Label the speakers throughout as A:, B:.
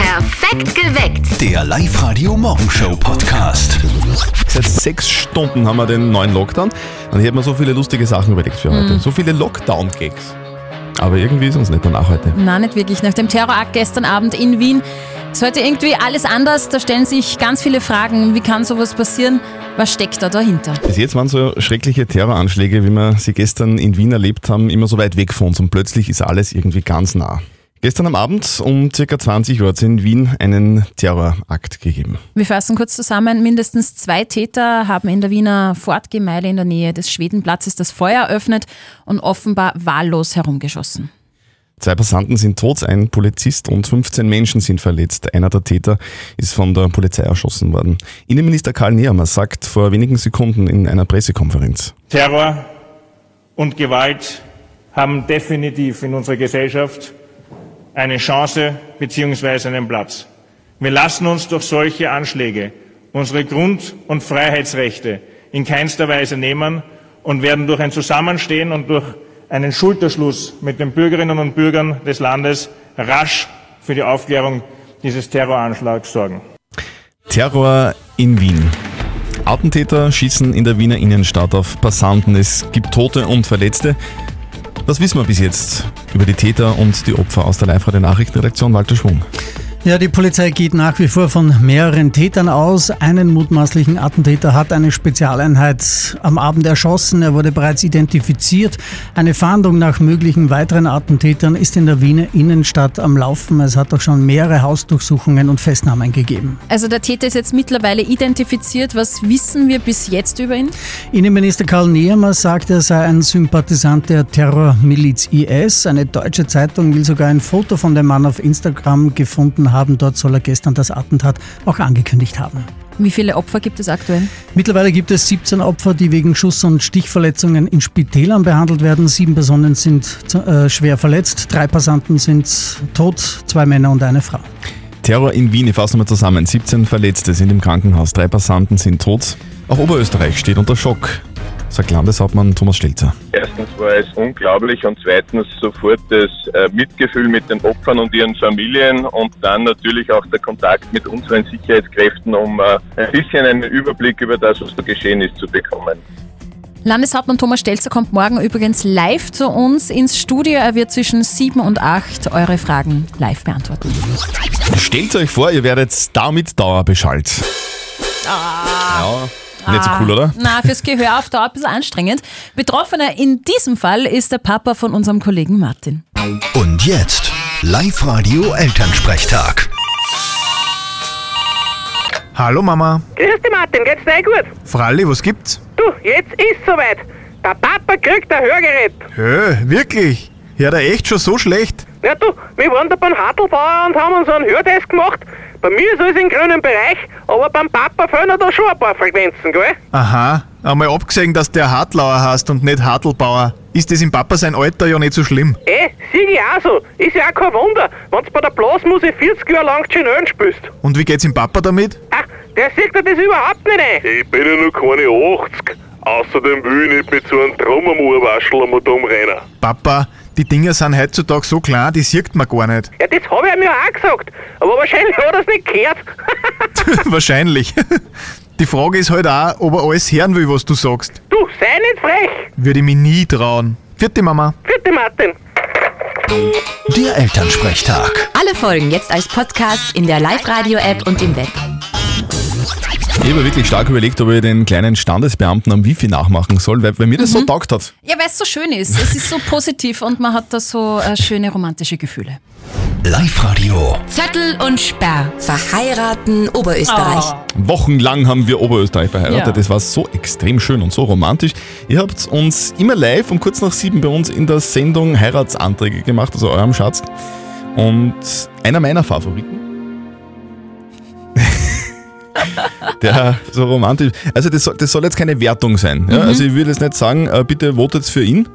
A: Perfekt geweckt.
B: Der Live-Radio Morgenshow Podcast.
C: Seit sechs Stunden haben wir den neuen Lockdown und ich habe mir so viele lustige Sachen überlegt für heute. So viele Lockdown-Gags. Aber irgendwie ist uns nicht danach heute.
D: Na, nicht wirklich. Nach dem Terrorakt gestern Abend in Wien ist heute irgendwie alles anders. Da stellen sich ganz viele Fragen. Wie kann sowas passieren? Was steckt da dahinter?
C: Bis jetzt waren so schreckliche Terroranschläge, wie wir sie gestern in Wien erlebt haben, immer so weit weg von uns und plötzlich ist alles irgendwie ganz nah. Gestern am Abend um ca. 20 Uhr hat es in Wien einen Terrorakt gegeben.
D: Wir fassen kurz zusammen. Mindestens zwei Täter haben in der Wiener Fortgemeile in der Nähe des Schwedenplatzes das Feuer eröffnet und offenbar wahllos herumgeschossen.
C: Zwei Passanten sind tot, ein Polizist und 15 Menschen sind verletzt. Einer der Täter ist von der Polizei erschossen worden. Innenminister Karl Nehammer sagt vor wenigen Sekunden in einer Pressekonferenz.
E: Terror und Gewalt haben definitiv in unserer Gesellschaft eine Chance bzw. einen Platz. Wir lassen uns durch solche Anschläge unsere Grund- und Freiheitsrechte in keinster Weise nehmen und werden durch ein Zusammenstehen und durch einen Schulterschluss mit den Bürgerinnen und Bürgern des Landes rasch für die Aufklärung dieses Terroranschlags sorgen.
C: Terror in Wien. Attentäter schießen in der Wiener Innenstadt auf Passanten. Es gibt Tote und Verletzte. Was wissen wir bis jetzt über die Täter und die Opfer aus der Live-Radio Nachrichtenredaktion Walter Schwung?
F: Ja, die Polizei geht nach wie vor von mehreren Tätern aus. Einen mutmaßlichen Attentäter hat eine Spezialeinheit am Abend erschossen. Er wurde bereits identifiziert. Eine Fahndung nach möglichen weiteren Attentätern ist in der Wiener Innenstadt am Laufen. Es hat auch schon mehrere Hausdurchsuchungen und Festnahmen gegeben.
D: Also der Täter ist jetzt mittlerweile identifiziert. Was wissen wir bis jetzt über ihn?
F: Innenminister Karl Nehammer sagt, er sei ein Sympathisant der Terrormiliz IS. Eine deutsche Zeitung will sogar ein Foto von dem Mann auf Instagram gefunden haben. Dort soll er gestern das Attentat auch angekündigt haben.
D: Wie viele Opfer gibt es aktuell?
F: Mittlerweile gibt es 17 Opfer, die wegen Schuss- und Stichverletzungen in Spitälern behandelt werden. Sieben Personen sind äh, schwer verletzt, drei Passanten sind tot, zwei Männer und eine Frau.
C: Terror in Wien, ich fasse mal zusammen. 17 Verletzte sind im Krankenhaus, drei Passanten sind tot. Auch Oberösterreich steht unter Schock, sagt Landeshauptmann Thomas Stelzer.
G: Erstens war es unglaublich und zweitens sofort das äh, Mitgefühl mit den Opfern und ihren Familien und dann natürlich auch der Kontakt mit unseren Sicherheitskräften, um äh, ein bisschen einen Überblick über das, was da geschehen ist, zu bekommen.
D: Landeshauptmann Thomas Stelzer kommt morgen übrigens live zu uns ins Studio. Er wird zwischen 7 und 8 eure Fragen live beantworten.
C: Stellt euch vor, ihr werdet damit Dauerbeschallt. Ah. Ja, nicht so cool, oder?
D: Na, fürs Gehör auf Dauer ein bisschen anstrengend. Betroffener in diesem Fall ist der Papa von unserem Kollegen Martin.
B: Und jetzt Live-Radio Elternsprechtag.
H: Hallo Mama.
I: Grüß dich, Martin, geht's dir eh gut?
H: Fralli, was gibt's?
I: Du, jetzt ist soweit. Der Papa kriegt ein Hörgerät.
H: Hö, Äh, wirklich? Ja, da echt schon so schlecht.
I: Ja, du, wir waren da beim Hartelbauer und haben uns einen Hörtest gemacht. Bei mir ist alles im grünen Bereich, aber beim Papa fehlen da schon ein paar Frequenzen, gell?
H: Aha, einmal abgesehen, dass der Hartlauer hast und nicht Hartelbauer. Ist das im Papa sein Alter ja nicht so schlimm.
I: Eh, sieh ich auch so. Ist ja auch kein Wunder, wenn's bei der Blasmusik 40 Jahre lang Chinellen spielst.
H: Und wie geht's im Papa damit?
I: Ach, der sieht dir das überhaupt nicht ein.
J: Ich bin ja noch keine 80. Außerdem will ich nicht mit so einem Trommermoorwaschel einmal dumm rennen.
H: Papa, die Dinger sind heutzutage so klein, die sieht man gar nicht.
I: Ja, das habe ich ihm ja auch gesagt, aber wahrscheinlich hat er's nicht gehört.
H: Wahrscheinlich. Die Frage ist halt auch, ob er alles hören will, was du sagst.
I: du, sei nicht frech.
H: Würde ich mich nie trauen. Vierte Mama.
I: Vierte Martin.
B: Der Elternsprechtag.
K: Alle Folgen jetzt als Podcast in der Live-Radio-App und im Web.
C: Ich habe wirklich stark überlegt, ob ich den kleinen Standesbeamten am Wifi nachmachen soll, weil, weil mir das so taugt hat.
D: Ja, weil es so schön ist. Es ist so positiv und man hat da so äh, schöne romantische Gefühle.
B: Live-Radio.
K: Zettel und Sperr. Verheiraten Oberösterreich.
C: Oh. Wochenlang haben wir Oberösterreich verheiratet.
D: Ja.
C: Das war so extrem schön und so romantisch. Ihr habt uns immer live um kurz nach sieben bei uns in der Sendung Heiratsanträge gemacht, also eurem Schatz. Und einer meiner Favoriten. Der so romantisch. Also, das soll, das soll jetzt keine Wertung sein.
D: Mhm.
C: Ja? Also, ich würde jetzt nicht sagen, äh, bitte votet für ihn.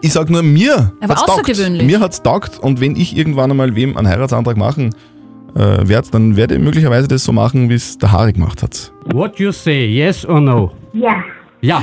C: Ich sag nur, mir
D: Aber
C: hat's taugt.
D: außergewöhnlich.
C: Mir hat's taugt und wenn ich irgendwann einmal wem einen Heiratsantrag machen äh, werde, dann werde ich möglicherweise das so machen, wie es der Harry gemacht hat.
L: What you say, yes or no? Yeah. Yeah.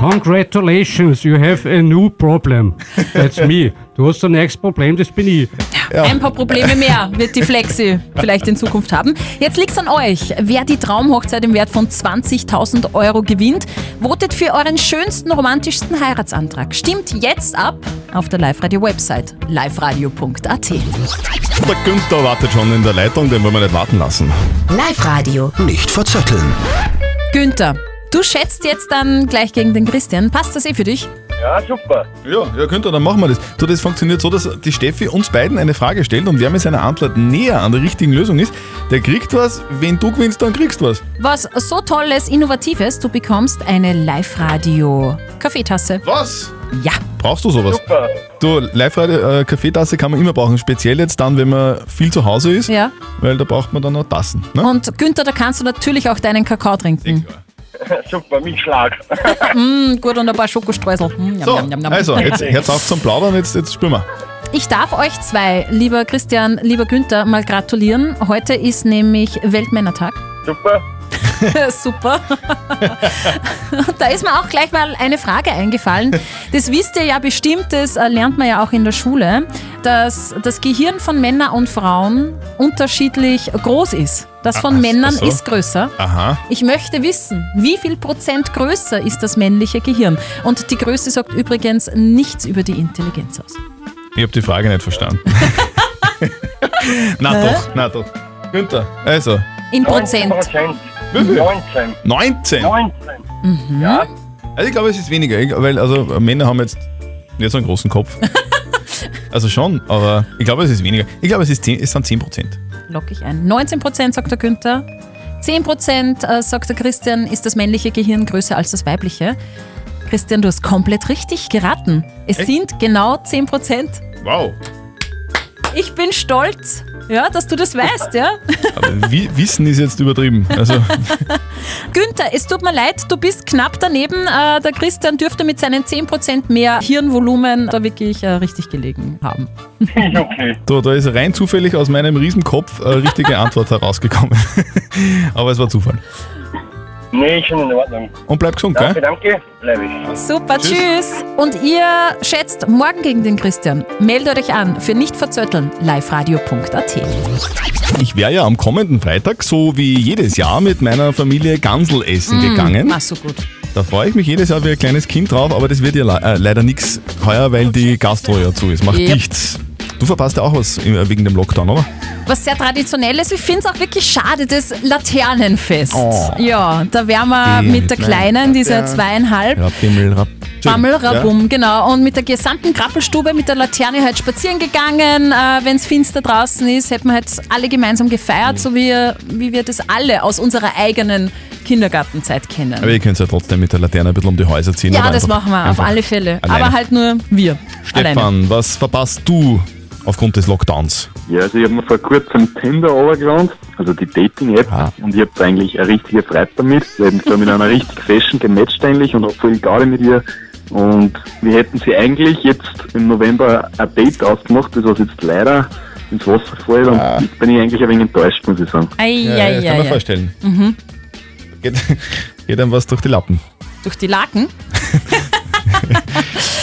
L: Congratulations, you have a new problem. That's me. Du Du hast ein nächstes Problem, das bin ich.
D: Ein paar Probleme mehr wird die Flexi vielleicht in Zukunft haben. Jetzt liegt's an euch. Wer die Traumhochzeit im Wert von 20.000 Euro gewinnt, votet für euren schönsten, romantischsten Heiratsantrag. Stimmt jetzt ab auf der Live-Radio-Website liveradio.at.
C: Der Günther wartet schon in der Leitung, den wollen wir nicht warten lassen.
K: Live-Radio.
M: Nicht verzetteln.
D: Günther, du schätzt jetzt dann gleich gegen den Christian. Passt das eh für dich?
C: Ja, super. Ja, ja, Günther, dann machen wir das. So, das funktioniert so, dass die Steffi uns beiden eine Frage stellt und wer mit seiner Antwort näher an der richtigen Lösung ist, der kriegt was. Wenn du gewinnst, dann kriegst du was.
D: Was so Tolles, Innovatives, du bekommst eine Live-Radio-Kaffeetasse.
C: Was?
D: Ja.
C: Brauchst du sowas?
D: Super.
C: Du, Live-Radio-Kaffeetasse kann man immer brauchen, speziell jetzt dann, wenn man viel zu Hause ist,
D: Ja.
C: weil da braucht man dann noch Tassen. Ne?
D: Und Günther, da kannst du natürlich auch deinen Kakao trinken.
G: Super, mich schlag.
D: mm, gut, und ein paar Schokostreusel. Mm,
C: So, also, jetzt, jetzt auf zum Plaudern, jetzt, jetzt spüren wir.
D: Ich darf euch zwei, lieber Christian, lieber Günther, mal gratulieren. Heute ist nämlich Weltmännertag.
G: Super.
D: Super. da ist mir auch gleich mal eine Frage eingefallen. Das wisst ihr ja bestimmt, das äh, lernt man ja auch in der Schule, dass das Gehirn von Männern und Frauen unterschiedlich groß ist. Das von
C: Ah, ach
D: Männern
C: so.
D: ist größer.
C: Aha.
D: Ich möchte wissen, wie viel Prozent größer ist das männliche Gehirn? Und die Größe sagt übrigens nichts über die Intelligenz aus.
C: Ich habe die Frage nicht verstanden. na
D: Hä?
C: doch, na doch. Günther, also,
D: In Prozent.
C: Wie viel?
G: 19.
C: 19.
D: Mhm.
C: Also ich glaube, es ist weniger, ich- weil also Männer haben jetzt nicht so einen großen Kopf. also schon, aber ich glaube, es ist weniger. Ich glaube, es, ist 10, es sind 10%.
D: Lock ich ein. 19 Prozent sagt der Günther. 10 Prozent äh, sagt der Christian, ist das männliche Gehirn größer als das weibliche. Christian, du hast komplett richtig geraten. Es
C: Echt?
D: sind genau 10 Prozent.
C: Wow.
D: Ich bin stolz, ja, dass du das weißt, ja.
C: Aber Wi- Wissen ist jetzt übertrieben. Also,
D: Günther, es tut mir leid, du bist knapp daneben. Äh, der Christian dürfte mit seinen 10% mehr Hirnvolumen da wirklich äh, richtig gelegen haben.
C: da, da ist rein zufällig aus meinem Riesenkopf eine richtige Antwort herausgekommen. aber es war Zufall.
G: Nee, schon in Ordnung.
C: Und bleib gesund,
G: Danke,
C: gell?
G: danke. Bleib ich.
D: Super, tschüss. Und ihr schätzt morgen gegen den Christian. Meldet euch an für nicht verzötteln liveradio.at.
C: Ich wäre ja am kommenden Freitag, so wie jedes Jahr, mit meiner Familie Gansel essen gegangen.
D: Ach so gut.
C: Da freue ich mich jedes Jahr wie ein kleines Kind drauf, aber das wird ja le äh, leider nichts heuer, weil die Gastro ja zu ist. Macht
D: Yep.
C: nichts. Du verpasst ja auch was äh, wegen dem Lockdown, oder?
D: Was sehr traditionelles, ich finde es auch wirklich schade, das Laternenfest.
C: Oh.
D: Ja, da wären wir
C: Die
D: mit der Kleinen, dieser
C: Laterne.
D: zweieinhalb,
C: Rappimmel, rapp.
D: Bammel, Rabum, genau. Und mit der gesamten Krappelstube, mit der Laterne halt spazieren gegangen. Äh, Wenn es finster draußen ist, hätten wir halt alle gemeinsam gefeiert, so wie, wie wir das alle aus unserer eigenen Kindergartenzeit kennen.
C: Aber ihr könnt ja trotzdem mit der Laterne ein bisschen um die Häuser ziehen.
D: ja,
C: aber
D: das
C: einfach-
D: machen wir auf
C: einfach
D: alle Fälle.
C: alleine.
D: Aber halt nur wir.
C: Stefan,
D: Alleine.
C: was verpasst du aufgrund des Lockdowns?
G: Ja, also ich habe mir vor kurzem Tinder runtergeladen, also die Dating-App, und ich habe da eigentlich eine richtige Freude damit. Ich habe mich da mit einer richtig Fashion gematcht eigentlich und habe voll Garde mit ihr. Und wir hätten sie eigentlich jetzt im November ein Date ausgemacht, das was jetzt leider ins Wasser gefallen und jetzt bin ich eigentlich ein wenig enttäuscht, muss ich sagen.
D: Ei,
C: Ja,
D: ei,
C: das
D: ei,
C: kann man
D: ei.
C: vorstellen.
D: Mhm.
C: Geht, geht einem was durch die Lappen.
D: Durch die Laken.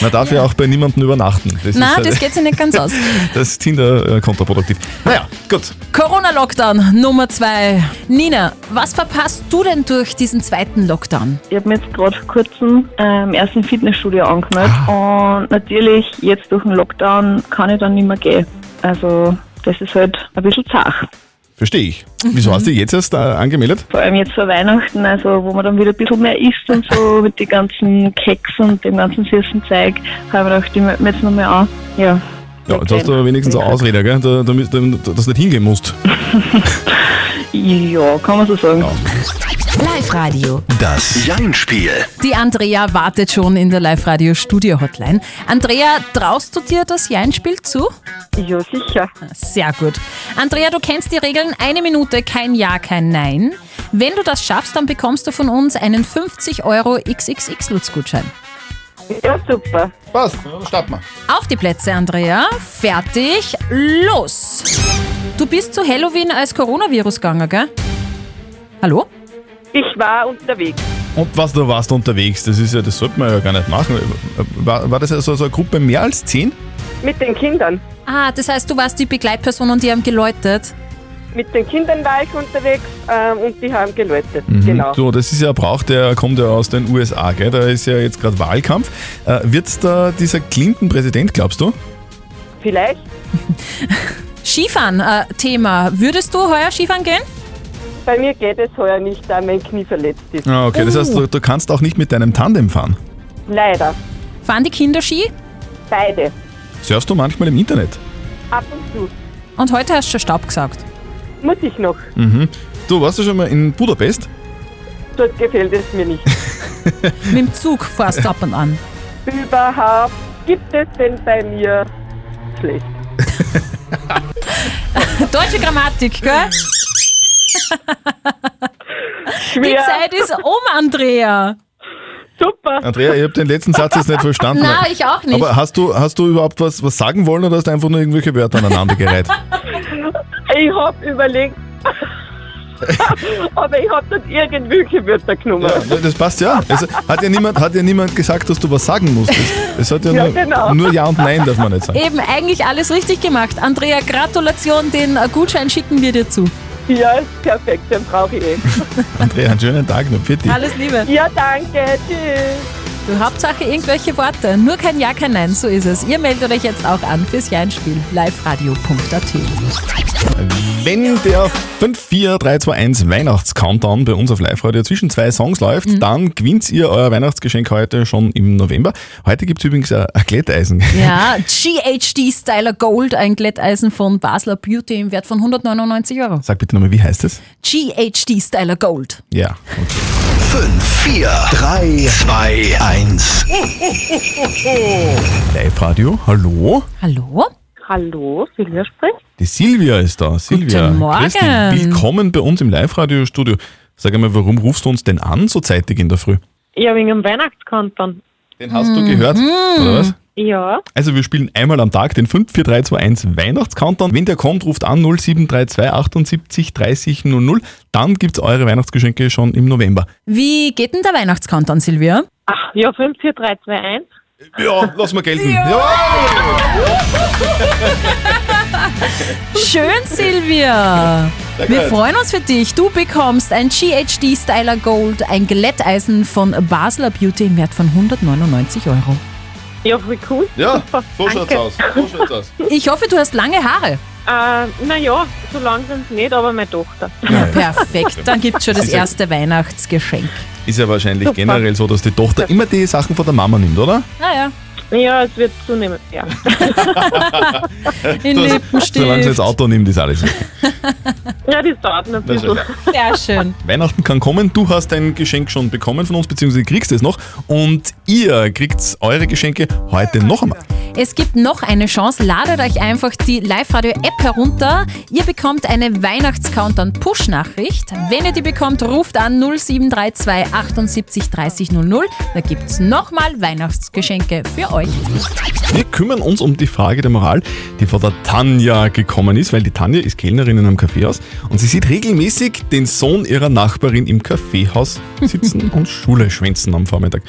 C: Man darf ja, auch bei niemandem übernachten. Das
D: Na,
C: halt-
D: das geht sich nicht ganz aus.
C: Das ist Tinder äh, kontraproduktiv. Naja, gut.
D: Corona-Lockdown Nummer zwei. Nina, was verpasst du denn durch diesen zweiten Lockdown?
N: Ich habe mich jetzt gerade vor kurzem ähm, erst im Fitnessstudio angemeldet
L: Ah.
N: und natürlich jetzt durch den Lockdown kann ich dann nicht mehr gehen. Also das ist halt ein bisschen zach.
C: Verstehe ich. Wieso hast du dich jetzt erst äh, angemeldet?
N: Vor allem jetzt vor Weihnachten, also wo man dann wieder ein bisschen mehr isst und so mit den ganzen Keks und dem ganzen süßen Zeug, habe ich mir gedacht, ich melde mich jetzt nochmal an. Ja,
C: Ja, jetzt hast du aber wenigstens eine Ausrede, gell? Da, damit, damit, dass du nicht hingehen musst.
N: ja kann man so sagen.
K: Live-Radio.
M: Das Jein-Spiel.
D: Die Andrea wartet schon in der Live-Radio-Studio-Hotline. Andrea, traust du dir das Jein-Spiel zu?
N: Ja, sicher.
D: Sehr gut. Andrea, du kennst die Regeln. Eine Minute, kein Ja, kein Nein. Wenn du das schaffst, dann bekommst du von uns einen 50 Euro XXX-Lutz-Gutschein.
N: Ja, super.
C: Passt, starten wir.
D: Auf die Plätze, Andrea. Fertig, los. Du bist zu Halloween als Coronavirus gegangen, gell? Hallo?
N: Ich war unterwegs.
C: Und was du warst unterwegs, das ist ja, das sollte man ja gar nicht machen. War, war das ja so, so eine Gruppe mehr als zehn?
I: Mit den Kindern.
D: Ah, das heißt, du warst die Begleitperson und die haben geläutet.
I: Mit den Kindern war ich unterwegs ähm, und die haben geläutet.
C: Mhm.
I: Genau.
C: So, das ist ja ein Brauch, der kommt ja aus den USA, gell? Da ist ja jetzt gerade Wahlkampf. Äh, wird da dieser Clinton Präsident, glaubst du?
I: Vielleicht?
D: Skifahren, äh, Thema. Würdest du heuer Skifahren gehen?
I: Bei mir geht es heuer nicht, da mein Knie verletzt ist.
C: Ah, okay, das
D: Uh.
C: heißt, du, du kannst auch nicht mit deinem Tandem fahren.
I: Leider.
D: Fahren die Kinder Ski?
I: Beide.
C: Surfst du manchmal im Internet?
I: Ab und zu.
D: Und heute hast du schon Staub gesagt.
I: Muss ich noch.
C: Mhm. Du warst ja schon mal in Budapest?
I: Dort gefällt es mir nicht.
D: Mit dem Zug fährst du ab und an.
I: Überhaupt gibt es denn bei mir schlecht.
D: Deutsche Grammatik, gell? Die Zeit ist um, Andrea.
I: Super.
C: Andrea, ich habe den letzten Satz jetzt nicht verstanden.
D: Na, ich auch nicht.
C: Aber hast du, hast du überhaupt was, was sagen wollen oder hast du einfach nur irgendwelche Wörter aneinandergereiht?
I: Ich habe überlegt, aber ich habe dann irgendwelche Wörter genommen.
C: Ja, das passt ja. Es hat ja niemand, hat ja niemand gesagt, dass du was sagen musstest. Es hat ja,
I: Ja,
C: nur,
I: genau.
C: nur Ja und Nein darf man nicht sagen.
D: Eben eigentlich alles richtig gemacht. Andrea, Gratulation, den äh, Gutschein schicken wir dir zu.
I: Ja, ist perfekt, den brauche ich eh.
C: Andrea, einen schönen Tag noch. Bitte.
D: Alles Liebe.
I: Ja, danke. Tschüss.
D: Du, Hauptsache irgendwelche Worte. Nur kein Ja, kein Nein, so ist es. Ihr meldet euch jetzt auch an fürs Jeinspiel. liveradio.at.
C: Wenn der 54321 Weihnachts-Countdown bei uns auf Live-Radio zwischen zwei Songs läuft,
D: Mhm.
C: dann gewinnt ihr euer Weihnachtsgeschenk heute schon im November. Heute gibt es übrigens ein ein Glätteisen.
D: Ja, GHD Styler Gold, ein Glätteisen von Basler Beauty im Wert von 199 Euro.
C: Sag bitte nochmal, wie heißt es?
D: GHD Styler Gold.
C: Ja.
M: 5, 4, 3, 2, 1.
C: Live-Radio, hallo?
D: Hallo?
I: Hallo, Silvia spricht.
C: Die Silvia ist da. Silvia,
D: Guten Morgen.
C: grüß dich. willkommen bei uns im Live-Radio-Studio. Sag einmal, warum rufst du uns denn an so zeitig in der Früh?
I: Ja, wegen dem Weihnachtskanton.
C: Den hast du gehört,
I: Mhm.
C: oder was?
I: Ja,
C: Also wir spielen einmal am Tag den 54321 Weihnachtscountdown. Wenn der kommt, ruft an 0732 78 30 00. Dann gibt's eure Weihnachtsgeschenke schon im November.
D: Wie geht denn der Weihnachtskanton, Silvia?
I: ja, 5, 4, 3, 2, 1.
C: Ja, lass mal gelten.
D: Schön, Silvia.
C: Sehr
D: Wir
C: geil.
D: freuen uns für dich. Du bekommst ein GHD Styler Gold, ein Glätteisen von Basler Beauty im Wert von 199 Euro.
I: Ja, voll cool.
C: Ja, so
I: schaut's Danke. aus,
C: So schaut's aus.
D: Ich hoffe, du hast lange Haare.
I: Äh, naja, so langsam nicht, aber meine Tochter.
D: Perfekt, dann gibt's schon das
C: genau. Sie sagt-
D: erste Weihnachtsgeschenk.
C: Ist ja wahrscheinlich
I: Super.
C: generell so, dass die Tochter immer die Sachen von der Mama nimmt, oder?
D: Naja.
I: Ja, es wird zunehmend, ja.
D: In Lippenstift.
C: Solange sie das Auto nimmt, ist alles. okay.
I: Ja, das dauert noch ein
C: Das ist
I: bisschen.
D: Sehr schön.
C: Weihnachten kann kommen, du hast dein Geschenk schon bekommen von uns, beziehungsweise kriegst es noch. Und ihr kriegt eure Geschenke heute noch einmal.
D: Es gibt noch eine Chance. Ladet euch einfach die Live-Radio-App herunter. Ihr bekommt eine Weihnachts-Countdown-Push-Nachricht. Wenn ihr die bekommt, ruft an 0732 78 30 00. Da gibt's nochmal Weihnachtsgeschenke für euch.
C: Wir kümmern uns um die Frage der Moral, die von der Tanja gekommen ist, weil die Tanja ist Kellnerin in einem Kaffeehaus und sie sieht regelmäßig den Sohn ihrer Nachbarin im Kaffeehaus sitzen und Schule schwänzen am Vormittag.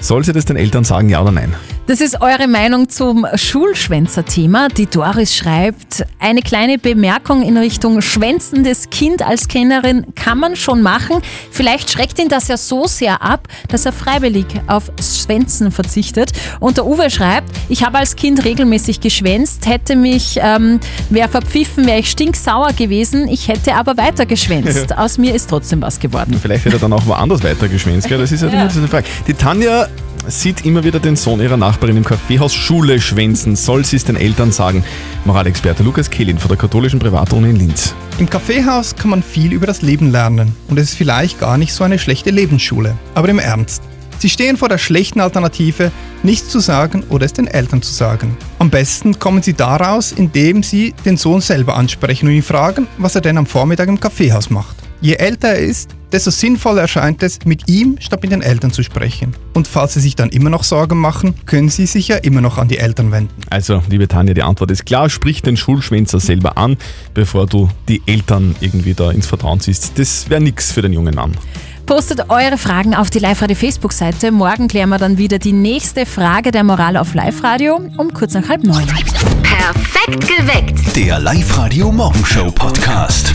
C: Soll sie das den Eltern sagen, ja oder nein?
D: Das ist eure Meinung zum Schulschwänzer-Thema. Die Doris schreibt, eine kleine Bemerkung in Richtung schwänzendes Kind als Kennerin kann man schon machen. Vielleicht schreckt ihn das ja so sehr ab, dass er freiwillig auf Schwänzen verzichtet. Und der Uwe schreibt, ich habe als Kind regelmäßig geschwänzt, hätte mich ähm, wer verpfiffen, wäre ich stinksauer gewesen. Ich hätte aber weiter geschwänzt. Aus mir ist trotzdem was geworden.
C: Vielleicht hätte er dann auch woanders weiter geschwänzt, gell? Das ist ja,
D: Ja.
C: immer so eine Frage. Die Tanja sieht immer wieder den Sohn ihrer Nachbarin im Kaffeehaus Schule schwänzen. Soll sie es den Eltern sagen? Moralexperte Lukas Kehlin von der katholischen Privatuni in Linz.
B: Im Kaffeehaus kann man viel über das Leben lernen und es ist vielleicht gar nicht so eine schlechte Lebensschule. Aber im Ernst, Sie stehen vor der schlechten Alternative, nichts zu sagen oder es den Eltern zu sagen. Am besten kommen Sie daraus, indem Sie den Sohn selber ansprechen und ihn fragen, was er denn am Vormittag im Kaffeehaus macht. Je älter er ist, desto sinnvoller erscheint es, mit ihm statt mit den Eltern zu sprechen. Und falls Sie sich dann immer noch Sorgen machen, können Sie sich ja immer noch an die Eltern wenden.
C: Also, liebe Tanja, die Antwort ist klar. Sprich den Schulschwänzer selber an, bevor du die Eltern irgendwie da ins Vertrauen ziehst. Das wäre nix für den jungen Mann.
D: Postet eure Fragen auf die Live-Radio-Facebook-Seite. Morgen klären wir dann wieder die nächste Frage der Moral auf Live-Radio um kurz nach halb neun.
F: Perfekt geweckt. Der Live-Radio Morgenshow Podcast.